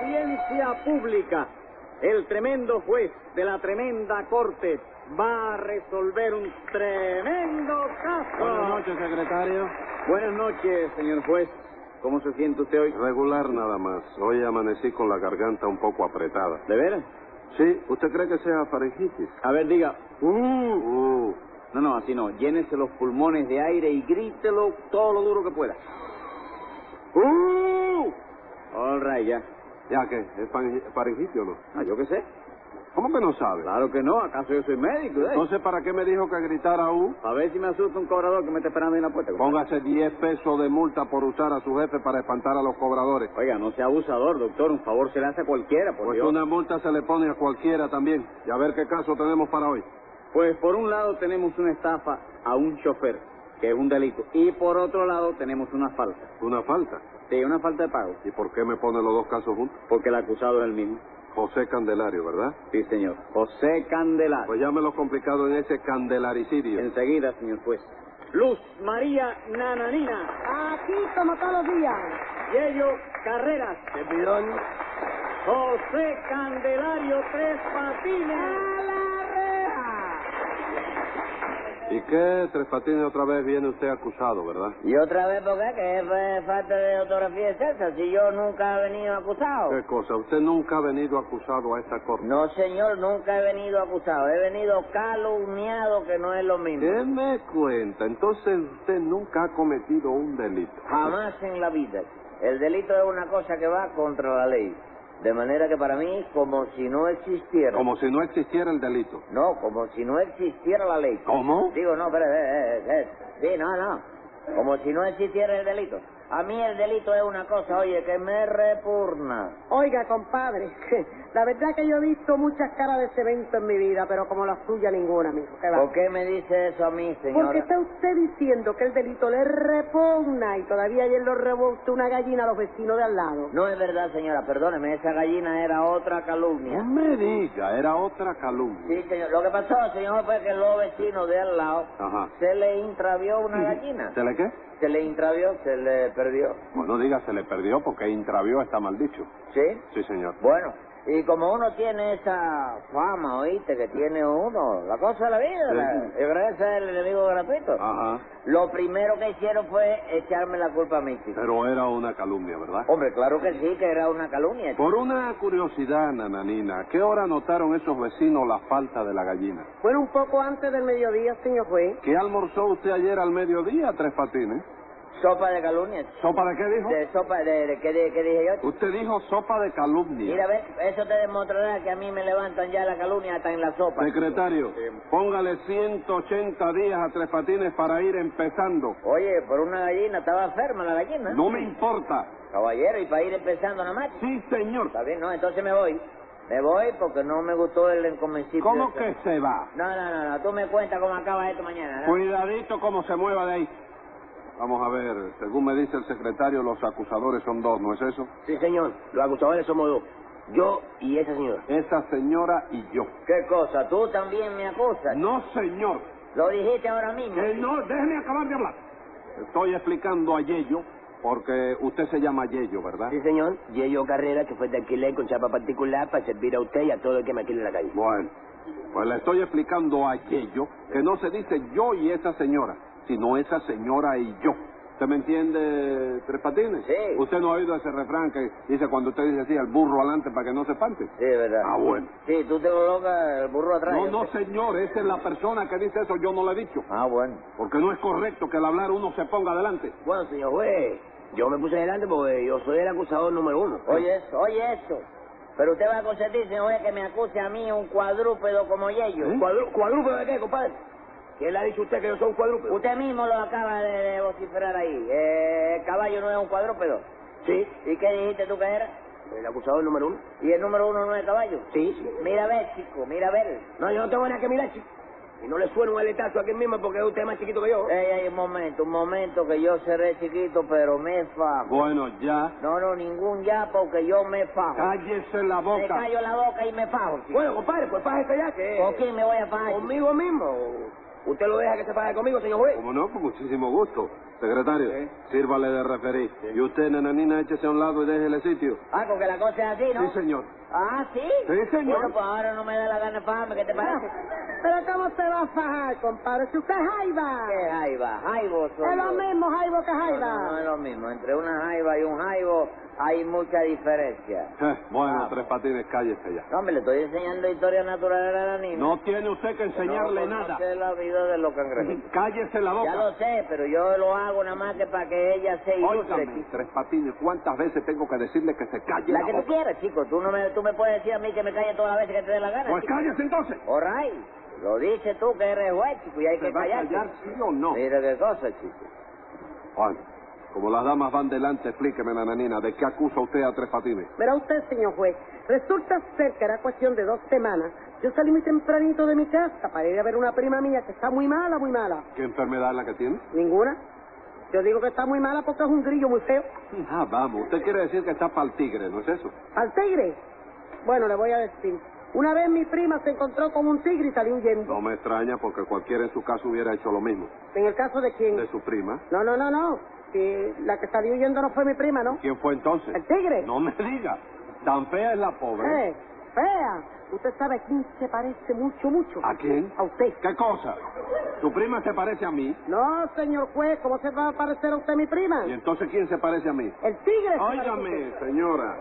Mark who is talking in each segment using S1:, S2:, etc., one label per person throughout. S1: audiencia pública. El tremendo juez de la tremenda corte va a resolver un tremendo caso.
S2: Buenas noches, secretario.
S1: Buenas noches, señor juez. ¿Cómo se siente usted hoy?
S2: Regular nada más. Hoy amanecí con la garganta un poco apretada.
S1: ¿De veras?
S2: Sí, ¿usted cree que sea faringitis?
S1: A ver, diga.
S2: Uh, uh.
S1: No, no, así no. Llénese los pulmones de aire y grítelo todo lo duro que pueda.
S2: ¡Uh!
S1: All right, ya.
S2: ¿Ya qué? ¿Es faringi- faringitis o no? Ah,
S1: Ah, yo qué sé.
S2: ¿Cómo que no sabe?
S1: Claro que no. ¿Acaso yo soy médico? eh?
S2: Entonces, ¿para qué me dijo que gritara U?
S1: A ver si me asusta un cobrador que me está esperando en la puerta.
S2: Póngase 10 pesos de multa por usar a su jefe para espantar a los cobradores.
S1: Oiga, no sea abusador, doctor. Un favor se le hace a cualquiera, por
S2: Pues
S1: Dios.
S2: una multa se le pone a cualquiera también. Y a ver qué caso tenemos para hoy.
S1: Pues por un lado tenemos una estafa a un chofer, que es un delito. Y por otro lado tenemos una falta.
S2: Una falta.
S1: Sí, una falta de pago.
S2: ¿Y por qué me pone los dos casos juntos?
S1: Porque el acusado es el mismo.
S2: José Candelario, ¿verdad?
S1: Sí, señor. José Candelario.
S2: Pues llámelo complicado en ese candelaricidio.
S1: Enseguida, señor juez. Luz María Nananina.
S3: Aquí como todos los días.
S1: Yello Carreras. José Candelario Tres Patines.
S3: ¡A la reja!
S2: ¿Y qué, Tres Patines, otra vez viene usted acusado, verdad?
S4: Y otra vez, ¿por qué? Que es eh, falta de autografía exacta, si yo nunca he venido acusado.
S2: ¿Qué cosa? Usted nunca ha venido acusado a esta corte.
S4: No, señor, nunca he venido acusado. He venido calumniado, que no es lo mismo.
S2: ¿Qué me cuenta? Entonces usted nunca ha cometido un delito.
S4: Jamás en la vida. El delito es una cosa que va contra la ley. De manera que para mí, como si no existiera.
S2: Como si no existiera el delito.
S4: No, como si no existiera la ley.
S2: ¿Cómo?
S4: Digo, no, pero... eh, eh, eh, Sí, no, no. Como si no existiera el delito. A mí el delito es una cosa, oye, que me repugna.
S3: Oiga, compadre, la verdad que yo he visto muchas caras de ese evento en mi vida, pero como la suya ninguna, amigo. ¿Qué va?
S4: ¿Por qué me dice eso a mí, señora?
S3: Porque está usted diciendo que el delito le repugna y todavía ayer lo rebotó una gallina a los vecinos de al lado.
S4: No es verdad, señora, perdóneme, esa gallina era otra calumnia.
S2: No
S3: Mm.
S2: me diga, era otra calumnia.
S4: Sí, señor. Lo que pasó, señor, fue que los vecinos de al lado
S2: Ajá.
S4: se le intravió una gallina.
S2: ¿Se le qué?
S4: Se le intravió, se le perdió.
S2: Bueno, diga, se le perdió porque intravió está mal dicho.
S4: ¿Sí?
S2: Sí, señor.
S4: Bueno, y como uno tiene esa fama, oíste, que tiene uno, la cosa de la vida,
S2: Sí.
S4: la- yo creo que ese es el enemigo gratuito.
S3: Ah.
S2: Ajá.
S4: Lo primero que hicieron fue echarme la culpa a mí, chico.
S2: Pero era una calumnia, ¿verdad?
S4: Hombre, claro que sí, que era una calumnia. chico.
S2: Por una curiosidad, Nananina, ¿a ¿qué hora notaron esos vecinos la falta de la gallina?
S3: Bueno, un poco antes del mediodía, señor juez.
S2: ¿Qué almorzó usted ayer al mediodía, Tres Patines?
S4: Sopa de calumnia. chico.
S2: ¿Sopa de qué dijo?
S4: De sopa, de, de- ¿qué, de- qué dije yo? chico?
S2: Usted dijo sopa de calumnia.
S4: Mira, ve, eso te demostrará que a mí me levantan ya la calumnia hasta en la sopa.
S2: Secretario, póngale 180 días a Tres Patines para ir empezando.
S4: Oye, por una gallina, estaba enferma la gallina.
S2: No me importa.
S4: Caballero, y para ir empezando nada más.
S2: Sí, señor.
S4: Está bien, no, entonces me voy. Me voy porque no me gustó el encomencito.
S2: ¿Cómo
S4: ese.
S2: que se va?
S4: No, no, no, no, tú me cuentas cómo acaba esto mañana.
S2: Pues,
S4: ¿no?
S2: Cuidadito cómo se mueva de ahí. Vamos a ver, según me dice el secretario, los acusadores son dos, ¿no es eso?
S5: Sí, señor. Los acusadores somos dos. Yo y esa señora.
S2: Esa señora y yo.
S4: ¿Qué cosa? ¿Tú también me acusas?
S2: No, señor.
S4: Lo dijiste ahora mismo.
S2: Que Eh, no, déjeme acabar de hablar. Estoy explicando a Yello, porque usted se llama Yello, ¿verdad?
S5: Sí, señor. Y yo carrera que fue de alquiler con chapa particular para servir a usted y a todo el que me alquile en la calle.
S2: Bueno, pues le estoy explicando a Yello que no se dice yo y esa señora, sino esa señora y yo. ¿Usted me entiende, Tres Patines?
S4: Sí.
S2: ¿Usted no ha oído ese refrán que dice cuando usted dice así, al burro adelante para que no se espante?
S4: Sí, verdad.
S2: Ah, bueno.
S4: Sí, tú te colocas el burro atrás.
S2: No,
S4: yo
S2: no,
S4: sé.
S2: señor, esa es la persona que dice eso, yo no le he dicho.
S4: Ah, bueno.
S2: Porque no es correcto que al hablar uno se ponga adelante.
S5: Bueno, señor juez, yo me puse delante porque yo soy el acusador número uno.
S4: Oye eso, oye eso. Pero usted va a consentir, señor, juez, que me acuse a mí un cuadrúpedo como Yello.
S2: ¿Eh?
S5: ¿Cuadru- ¿Cuadrúpedo de qué, compadre? ¿Quién le ha dicho a usted que yo soy un cuadrúpedo?
S4: Usted mismo lo acaba de, de vociferar ahí. Eh, el caballo no es un cuadrúpedo.
S5: Sí,
S4: ¿Y qué dijiste tú que era?
S5: el acusador número uno.
S4: ¿Y el número uno no es caballo?
S5: Sí, sí.
S4: Mira a ver, chico, mira a ver.
S5: No, yo no tengo nada que mirar, chico. Y no le suena un aletazo a aquel mismo porque usted es más chiquito que yo.
S4: Ey, ey, un momento, un momento, que yo seré chiquito, pero me fajo.
S2: Bueno, ya.
S4: No, no, ningún ya, porque yo me fajo.
S2: Cállese la
S4: Me
S2: boca.
S4: callo la boca y me fajo, chico.
S5: Bueno, compadre, pues pájese ya que...
S4: ¿Con quién me voy a fajar? chico?
S5: Conmigo mismo. Usted lo deja que se pague conmigo, señor juez.
S2: Como no, con muchísimo gusto. Secretario,
S1: Sí.
S2: sírvale de referir. Y usted, nananina, échese a un lado y déjele sitio.
S4: Ah, porque la cosa es así, ¿no?
S2: Sí, señor.
S4: Ah, ¿sí?
S2: Sí, señor.
S4: Bueno, pues ahora no me da la gana de fajarme, ¿qué te parece?
S3: Pero ¿cómo se va a fajar, compadre? Si usted es jaiba.
S4: ¿Qué jaiba? Jaibo son
S3: Es lo
S4: dos.
S3: mismo jaibo que
S4: No,
S3: jaiba.
S4: no, no es lo mismo. Entre una jaiba y un jaibo hay mucha diferencia.
S2: Eh, Bueno,
S4: Ah.
S2: tres patines, cállese ya.
S4: No, me le estoy enseñando historia natural a la niña.
S2: No tiene usted que enseñarle nada.
S4: sé la vida de los cangrejitos.
S2: Cállese la
S4: ya
S2: boca.
S4: lo sé, pero yo lo hago nada más que para que ella se ilustre.
S2: Óigame,
S4: chico.
S2: tres patines, ¿cuántas veces tengo que decirle que se calle la,
S4: La que tú
S2: boca?
S4: quieras, chico. Tú no me, tú me puedes decir a mí que me calle todas las veces que te dé la gana.
S2: Pues
S4: chico.
S2: cállese entonces.
S4: Alright. Lo dices tú que eres juez, chico, y hay
S2: ¿Se
S4: que
S2: va a
S4: callar.
S2: callar sí o no?
S4: Mira qué cosa, chico.
S2: Juan, como las damas van delante, explíqueme, nananina, ¿de qué acusa usted a tres patines?
S3: Verá usted, señor juez, resulta ser que era cuestión de dos semanas. Yo salí muy tempranito de mi casa para ir a ver una prima mía que está muy mala, muy mala.
S2: ¿Qué enfermedad es la que tiene?
S3: ¿Ninguna? Yo digo que está muy mala porque es un grillo muy feo.
S2: Ah, vamos, usted quiere decir que está para el tigre, ¿no es eso?
S3: ¿Al tigre? Bueno, le voy a decir. Una vez mi prima se encontró con un tigre y salió huyendo.
S2: No me extraña porque cualquiera en su caso hubiera hecho lo mismo.
S3: ¿En el caso de quién?
S2: De su prima.
S3: No, no, no, no. Que la que salió huyendo no fue mi prima, ¿no?
S2: ¿Quién fue entonces?
S3: ¿El tigre?
S2: No me diga. Tan fea es la pobre.
S3: Eh, fea. Usted sabe a quién se parece mucho, mucho.
S2: ¿A quién?
S3: A usted.
S2: ¿Qué cosa? ¿Tu prima se parece a mí?
S3: No, señor juez, ¿cómo se va a parecer a usted mi prima?
S2: ¿Y entonces quién se parece a mí?
S3: El tigre. se parece a usted.
S2: Óigame, señora.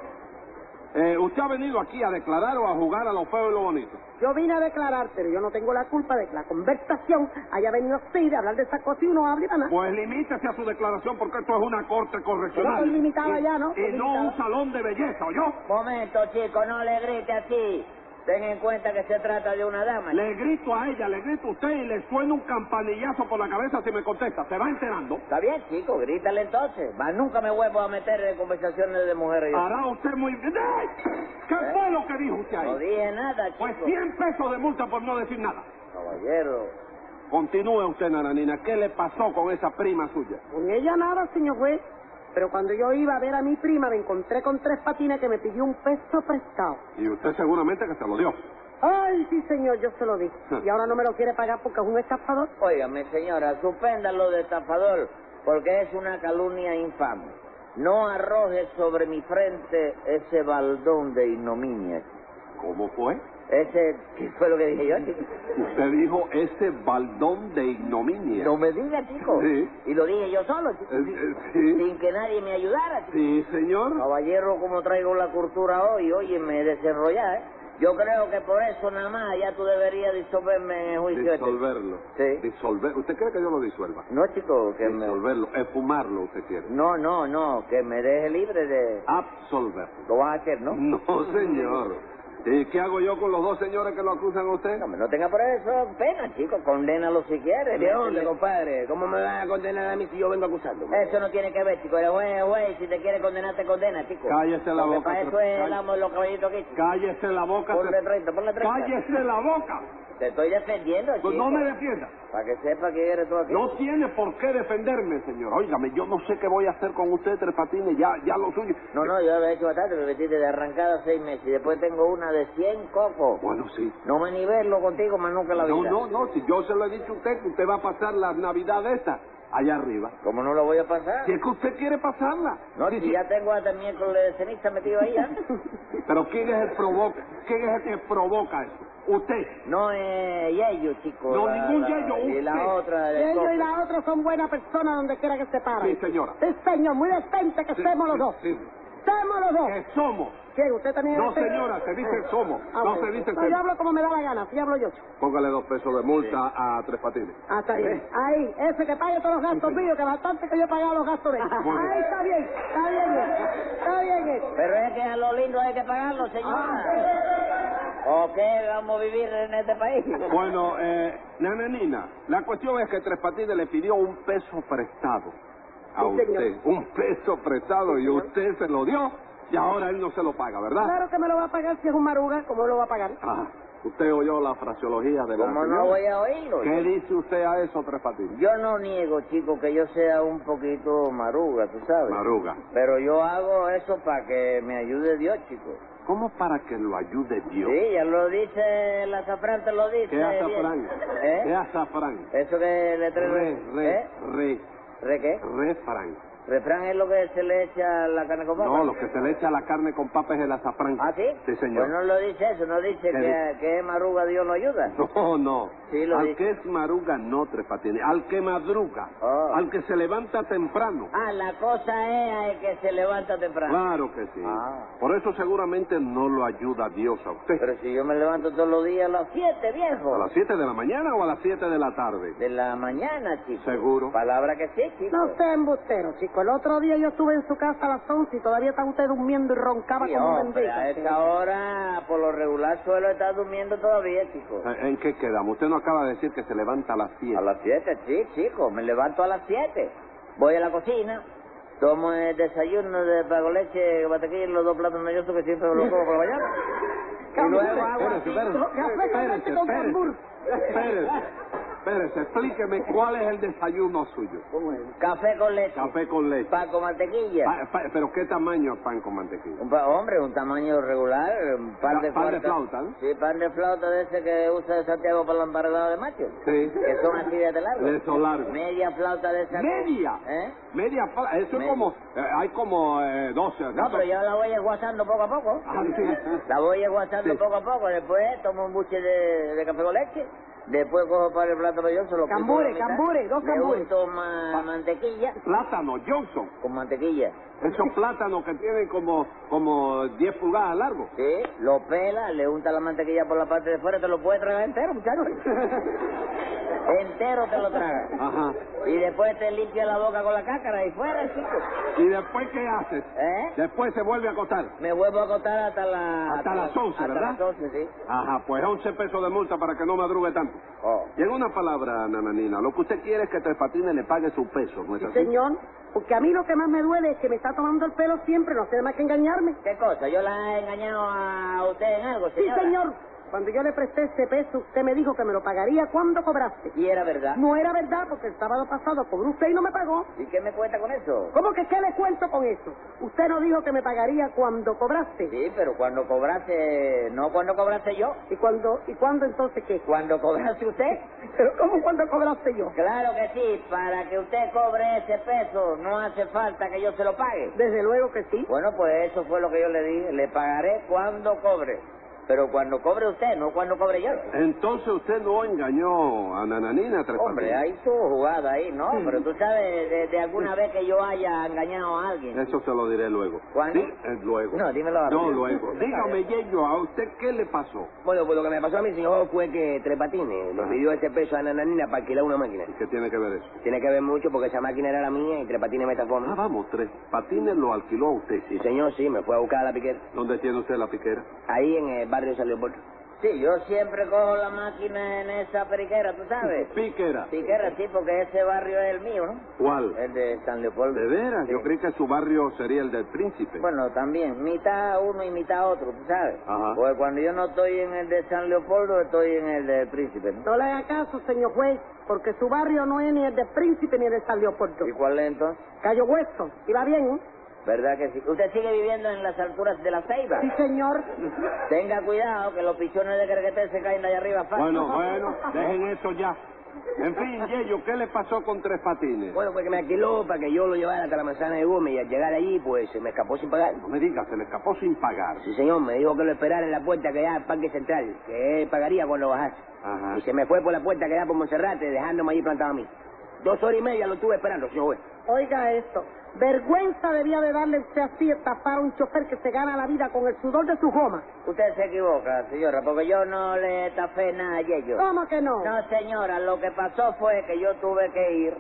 S2: Eh, ¿Usted ha venido aquí a declarar o a jugar a lo feo y lo bonito?
S3: Yo vine a declarar, pero yo no tengo la culpa de que la conversación haya venido así, de hablar de esas cosas y uno hable para nada.
S2: Pues limítese a su declaración porque esto es una corte
S3: Pero estoy
S2: correccional.
S3: limitada
S2: Y-
S3: ya, ¿no?
S2: Y
S3: Estoy
S2: no
S3: limitada.
S2: un salón de belleza, ¿oyó?
S4: Momento, chico, no le grite así. Ten en cuenta que se trata de una dama.
S2: Le grito a ella, le grito a usted y le suena un campanillazo por la cabeza si me contesta. ¿Se va enterando?
S4: Está bien, chico, grítale entonces. Más nunca me vuelvo a meter en conversaciones de mujeres. yo.
S2: Hará usted muy bien. ¡Ay! ¿Qué
S4: ¿Eh?
S2: fue lo que dijo usted
S4: No
S2: ahí?
S4: dije nada, chico.
S2: Pues 100 pesos de multa por no decir nada.
S4: Caballero.
S2: Continúe usted, Nananina. ¿Qué le pasó con esa prima suya?
S3: Con ella nada, señor juez. Pero cuando yo iba a ver a mi prima, me encontré con tres patines que me pidió un peso prestado.
S2: Y usted seguramente que se lo dio.
S3: Ay, sí, señor, yo se lo di.
S2: Ah.
S3: Y ahora no me lo quiere pagar porque es un estafador.
S4: Óigame, señora, suspéndalo de estafador, porque es una calumnia infame. No arroje sobre mi frente ese baldón de ignominia.
S2: ¿Cómo fue?
S4: Ese, ¿qué fue lo que dije yo, chico?
S2: Usted dijo ese baldón de ignominia.
S4: No me diga, chico.
S2: Sí.
S4: Y lo dije yo solo, chico.
S2: Eh, eh, sí.
S4: Sin que nadie me ayudara, chico.
S2: Sí, señor.
S4: Caballero, como traigo la cultura hoy, oye, me desenrollé. Yo creo que por eso nada más ya tú deberías disolverme en el juicio. este.
S2: Disolverlo.
S4: Sí.
S2: Disolver. ¿Usted cree que yo lo disuelva?
S4: No, chico, que me...
S2: Disolverlo. Esfumarlo, usted quiere.
S4: No, no, no, que me deje libre de...
S2: Absolverlo.
S4: Lo vas a hacer, ¿no?
S2: No, señor. ¿Y qué hago yo con los dos señores que lo acusan a usted?
S4: Hombre, No tenga por eso pena, chico. Condénalo si quieres.
S5: ¿De dónde, compadre? ¿Cómo me vas a condenar a mí si yo vengo acusándome?
S4: Eso no tiene que ver, chico. Eres juez, juez. Si te quieres condenar, te condena, chico.
S2: Cállese la
S4: Porque
S2: boca,
S4: Para eso
S2: pero-
S4: es el amo de los caballitos aquí, chico.
S2: Cállese la boca.
S4: Ponle
S2: se-
S4: 30, ponle 30.
S2: Cállese la boca.
S4: Te estoy defendiendo, chico.
S2: Pues no me defienda.
S4: Para que sepa que eres tú aquí.
S2: No tiene por qué defenderme, señor. Óigame, yo no sé qué voy a hacer con usted, Tres Patines, ya, ya lo suyo.
S4: No, no, yo lo he hecho bastante, me metiste de arrancada seis meses y después tengo una de 100 cocos.
S2: Bueno, sí.
S4: No me nivelo contigo más nunca en la
S2: No,
S4: vida.
S2: no, no, si yo se lo he dicho a usted que usted va a pasar la Navidad esta allá arriba.
S4: ¿Cómo no lo voy a pasar?
S2: Si es que usted quiere pasarla.
S4: No,
S2: Sí,
S4: si
S2: sí.
S4: ya tengo hasta el miércoles de ceniza metido ahí, ¿ya?
S2: Pero ¿quién es el provoca? ¿Quién es el que provoca eso? Usted.
S4: No, eh, Yeyo, chico.
S2: No,
S4: la-
S2: ningún
S4: la-
S2: Yeyo,
S4: Y la
S2: usted.
S4: otra de
S3: Ellos y
S4: coco.
S3: la otra son buenas personas donde quiera que se paren.
S2: Sí, señora.
S3: Sí, señor, muy decente que
S2: Sí,
S3: seamos los
S2: sí,
S3: dos.
S2: sí.
S3: Seamos los dos.
S2: Que somos.
S3: ¿Quién? ¿Usted también es
S2: No,
S3: decente?
S2: señora, se dice el somos.
S3: Ah,
S2: No
S3: ok.
S2: se dice el
S3: No, yo
S2: somos.
S3: hablo como me da la gana, así hablo yo.
S2: Póngale dos pesos de multa a Tres Patines.
S3: Ah, está bien. Ahí, ese que pague todos los gastos míos, que bastante que yo pagaba los gastos de él.
S2: Muy bien.
S3: Ahí está bien, está bien, él. está bien. eh. él.
S4: Pero es que a lo lindo hay que pagarlo, señora. ¿O qué vamos a vivir en este país?
S2: Ah, Bueno, eh, nananina, la cuestión es que Tres Patines le pidió un peso prestado a
S3: Sí,
S2: usted.
S3: señor.
S2: Un peso prestado y usted se lo dio y ahora él no se lo paga, ¿verdad?
S3: Claro que me lo va a pagar si es un maruga, ¿cómo lo va a pagar?
S2: Ah, usted oyó la fraseología de la
S4: Como
S2: señora.
S4: no voy a oírlo?
S2: ¿Qué dice usted a eso, Tres Patines?
S4: Yo no niego, chico, que yo sea un poquito maruga, tú sabes.
S2: Maruga.
S4: Pero yo hago eso para que me ayude Dios, chico.
S2: ¿Cómo para que lo ayude Dios?
S4: Sí, ya lo dice, la azafrán te lo dice.
S2: ¿Qué hace
S4: bien.
S2: Frank?
S4: ¿Eh?
S2: ¿Qué hace Frank?
S4: Eso que le
S2: Re,
S4: traigo.
S2: re,
S4: ¿Eh?
S2: re,
S4: ¿Re qué?
S2: Refrán.
S4: ¿Refrán es lo que se le echa a la carne con papa?
S2: No, lo que se le echa a la carne con papa es el azafrán.
S4: ¿Ah, sí?
S2: Sí, señor.
S4: Pues no lo dice eso, no dice
S2: ¿Qué
S4: que,
S2: dice?
S4: que es maruga Dios no ayuda.
S2: No, no.
S4: Sí, lo
S2: al
S4: dice.
S2: que es maruga no trepatiene. Al que madruga.
S4: Ah.
S2: Al que se levanta temprano.
S4: Ah, la cosa es el que se levanta temprano.
S2: Claro que sí.
S4: Ah.
S2: Por eso seguramente no lo ayuda Dios a usted.
S4: Pero si yo me levanto todos los días a las 7,
S2: ¿A
S4: viejo.
S2: las 7 de la mañana o a las 7 de la tarde?
S4: De la mañana, chico.
S2: Seguro.
S4: Palabra que sí, chico.
S3: No sea embustero, chico. El otro día yo estuve en su casa a las 11 y todavía está usted durmiendo y roncaba
S4: Sí,
S3: como un
S4: hombre,
S3: bendito,
S4: a
S3: chico.
S4: esta hora, por lo regular, suelo estar durmiendo todavía, chico.
S2: Eh, ¿En qué quedamos? Usted no acaba de decir que se levanta a las 7.
S4: A las 7, sí, chico. Me levanto a las 7. Voy a la cocina. Tomo el desayuno de pago leche, batequilla y los dos platos mellosos que siempre me los como por la mañana. Y luego hago
S2: Espérese, espérese.
S4: así.
S3: Café con este leche con cambur.
S2: espérese, espérese, espérese, explíqueme cuál es el desayuno suyo.
S4: Café con leche.
S2: Café con leche.
S4: Pan con mantequilla.
S2: Pa- pa- pero ¿qué tamaño es pan con mantequilla?
S4: Un pa- hombre, un tamaño regular, un pan
S2: Pa-
S4: de
S2: pan de
S4: flauta.
S2: flauta, ¿no?
S4: Sí, pan de flauta de ese que usa Santiago para la embargada de macho.
S2: Sí.
S4: Que son así de largo.
S2: De eso largo.
S4: Media flauta de esa.
S2: Media.
S4: ¿Eh?
S2: Media pa- Eso es
S4: Media.
S2: como. eh, hay como eh, 12.
S4: No, pero yo la voy desguazando poco a poco.
S2: Ah, sí.
S4: La voy desguazando
S2: Sí.
S4: poco a poco. Después tomo un buche de, de café con leche. Después cojo para el plato de yo, se lo quito
S3: Cambure,
S4: a la mitad.
S3: cambure, dos
S4: Le
S3: cambures.
S4: unto ma-
S2: Pa-
S4: mantequilla
S2: Plátano, Johnson.
S4: con mantequilla.
S2: Esos plátanos que tienen como, como 10 pulgadas largo.
S4: Sí, lo pela, le unta la mantequilla por la parte de fuera, te lo puedes tragar entero, muchacho. entero te lo tragas.
S2: Ajá.
S4: Y después te limpia la boca con la cáscara y fuera, chico.
S2: ¿Y después qué haces?
S4: ¿Eh?
S2: Después se vuelve a acostar.
S4: Me vuelvo a acostar hasta la...
S2: Hasta las 11,
S4: hasta
S2: ¿verdad?
S4: las 11, sí.
S2: Ajá, pues 11 pesos de multa para que no madrugue tanto.
S4: Oh.
S2: Y en una palabra, Nananina, lo que usted quiere es que Tres Patines le pague su peso, ¿no es
S3: Sí,
S2: así?
S3: señor. Porque a mí lo que más me duele es que me está tomando el pelo siempre, no hace más que engañarme.
S4: ¿Qué cosa? ¿Yo la he engañado a usted en algo,
S3: Sí,
S4: señora?
S3: señor. Cuando yo le presté ese peso, usted me dijo que me lo pagaría cuando cobraste.
S4: Y era verdad.
S3: No era verdad porque el sábado pasado cobró usted y no me pagó.
S4: ¿Y qué me cuenta con eso?
S3: ¿Cómo que qué le cuento con eso? Usted no dijo que me pagaría cuando cobraste.
S4: Sí, pero cuando cobraste... No cuando cobraste yo.
S3: ¿Y cuándo, y cuándo entonces qué?
S4: Cuando cobraste usted.
S3: ¿Pero cómo cuando cobraste yo?
S4: Claro que sí. Para que usted cobre ese peso, no hace falta que yo se lo pague.
S3: Desde luego que sí.
S4: Bueno, pues eso fue lo que yo le dije. Le pagaré cuando cobre. Pero cuando cobre usted, no cuando cobre yo.
S2: Entonces usted no engañó a Nananina, Tres
S4: Hombre,
S2: Patines.
S4: ahí estuvo jugada ahí, ¿no? Pero tú sabes de, de alguna vez que yo haya engañado a alguien.
S2: Eso se lo diré luego.
S4: ¿Cuándo?
S2: Di- eh, luego.
S4: No, dímelo ahora.
S2: No, luego. Dígame, Yeyo, ¿a usted qué le pasó?
S5: Bueno, pues lo que me pasó a mí, señor, fue que Tres Patines me
S2: Ajá.
S5: pidió ese peso a Nananina para alquilar una máquina.
S2: ¿Y qué tiene que ver eso?
S5: Tiene que ver mucho porque esa máquina era la mía y Tres Patines me estafó. ¿no?
S2: Ah, vamos, Tres Patines lo alquiló a usted.
S5: Sí, señor, sí, me fue a buscar a la piquera.
S2: ¿Dónde tiene usted la piquera?
S5: Ahí en el barrio de San Leopoldo.
S4: Sí, yo siempre cojo la máquina en esa periquera, ¿tú sabes?
S2: Piquera.
S4: Piquera, sí, porque ese barrio es el mío, ¿no?
S2: ¿Cuál?
S4: El de San Leopoldo.
S2: ¿De veras?
S4: Sí.
S2: Yo creí que su barrio sería el del príncipe.
S4: Bueno, también, mitad uno y mitad otro, ¿tú sabes?
S2: Ajá.
S4: Porque cuando yo no estoy en el de San Leopoldo, estoy en el del Príncipe, ¿no?
S3: No le haga caso, señor juez, porque su barrio no es ni el de Príncipe ni el de San Leopoldo.
S4: ¿Y cuál es entonces?
S3: Cayo Hueso, ¿y va bien? ¿eh?
S4: ¿Verdad que sí? ¿Usted sigue viviendo en las alturas de la ceiba?
S3: Sí, señor.
S4: Tenga cuidado que los pichones de carguete se caen de allá arriba fácil.
S2: Bueno, bueno, dejen eso ya. En fin, Yeyo, ¿qué le pasó con Tres Patines?
S5: Bueno, pues que me alquiló para que yo lo llevara hasta la manzana de Gómez y al llegar allí, pues se me escapó sin pagar.
S2: No me digas, se le escapó sin pagar.
S5: Sí, señor, me dijo que lo esperara en la puerta que da al Parque Central, que él pagaría cuando bajase.
S2: Ajá.
S5: Y se me fue por la puerta que da por Monserrate, dejándome allí plantado a mí. Dos horas y media lo tuve esperando, señor juez.
S3: Oiga esto. Vergüenza debía de darle usted así estafar a un chofer que se gana la vida con el sudor de su goma.
S4: Usted se equivoca, señora, porque yo no le tapé nada a ellos.
S3: ¿Cómo que no?
S4: No, señora, lo que pasó fue que yo tuve que ir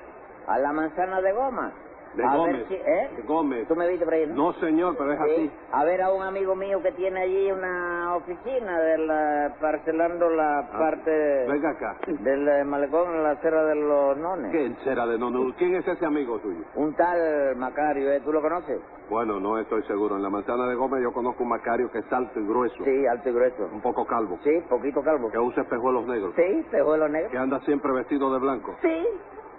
S4: a la manzana de goma.
S2: De
S4: a
S2: Gómez.
S4: Ver si, ¿eh?
S2: De Gómez.
S4: ¿Tú me viste por ahí, no?
S2: No, señor, pero es
S4: Sí,
S2: así.
S4: a ver a un amigo mío que tiene allí una oficina de la, parcelando la
S2: Ah,
S4: parte
S2: Venga acá.
S4: del eh, malecón en la Serra de los Nones.
S2: ¿Quién será de no, no? ¿Quién es ese amigo suyo?
S4: Un tal Macario, ¿eh? ¿tú lo conoces?
S2: Bueno, no estoy seguro. En la manzana de Gómez yo conozco un Macario que es alto y grueso.
S4: Sí, alto y grueso.
S2: Un poco calvo.
S4: Sí, poquito calvo.
S2: Que usa espejuelos negros.
S4: Sí, pejuelo negro.
S2: Que anda siempre vestido de blanco.
S4: Sí,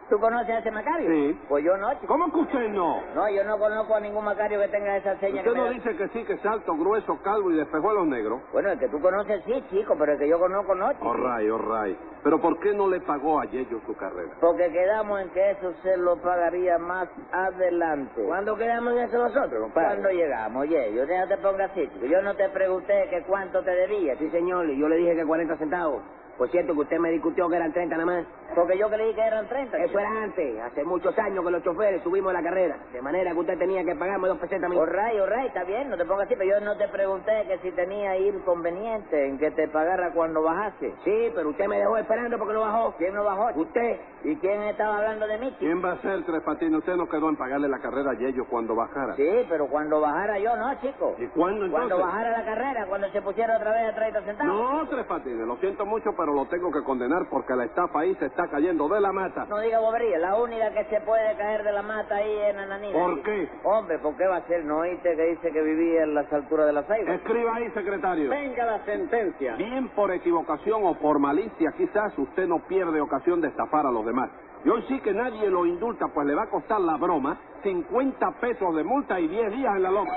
S4: ¿Tú conoces a ese Macario?
S2: Sí.
S4: Pues yo no, chico.
S2: ¿Cómo que usted no?
S4: No, yo no conozco a ningún Macario que tenga esa seña que
S2: Usted
S4: me
S2: no
S4: da.
S2: dice que sí, que es alto, grueso, calvo y de espejuelos negros. Oh,
S4: Bueno, el que tú conoces sí, chico, pero el que yo conozco no, chico.
S2: Orray, orray. Pero ¿por qué no le pagó a Yello su carrera?
S4: Porque quedamos en que eso se lo pagaría más adelante.
S5: ¿Cuándo quedamos en eso nosotros, compadre?
S4: Cuando llegamos, oye, yo no te pongas así, chico. Yo no te pregunté que cuánto te debía,
S5: Sí,
S4: chico.
S5: señor, y yo le dije que 40 centavos. Por cierto, que usted me discutió que eran 30 nada más.
S4: Porque yo creí que eran 30.
S5: Eso
S4: chico.
S5: era antes, hace muchos años que los choferes subimos la carrera. De manera que usted tenía que pagarme dos pesetas mil.
S4: Orray, orray, está bien, no te pongas así, pero yo no te pregunté que si tenía inconveniente en que te pagara cuando bajase.
S5: Sí, pero usted me dejó esperando porque no bajó.
S4: ¿Quién no bajó? chico?
S5: Usted.
S4: ¿Y quién estaba hablando de mí, chico?
S2: ¿Quién va a ser, Tres Patines? Usted no quedó en pagarle la carrera a Yello cuando bajara.
S4: Sí, pero cuando bajara yo no, chico.
S2: ¿Y cuándo entonces?
S4: Cuando bajara la carrera, cuando se pusiera otra vez a 30 centavos.
S2: No, Tres Patines, lo siento mucho, pero lo tengo que condenar porque la estafa ahí se está cayendo de la mata.
S4: No diga bobería, la única que se puede caer de la mata ahí es Nananina.
S2: ¿Por
S4: chico.
S2: qué?
S4: Hombre, ¿por qué va a ser? ¿No oíste que dice que vivía en las alturas de la ceibas?
S2: Escriba ahí, secretario.
S1: Venga la sentencia.
S2: Bien por equivocación o por malicia, quizás usted no pierde ocasión de estafar a los demás. Y hoy sí que nadie lo indulta, pues le va a costar la broma 50 pesos de multa y 10 días en la loma.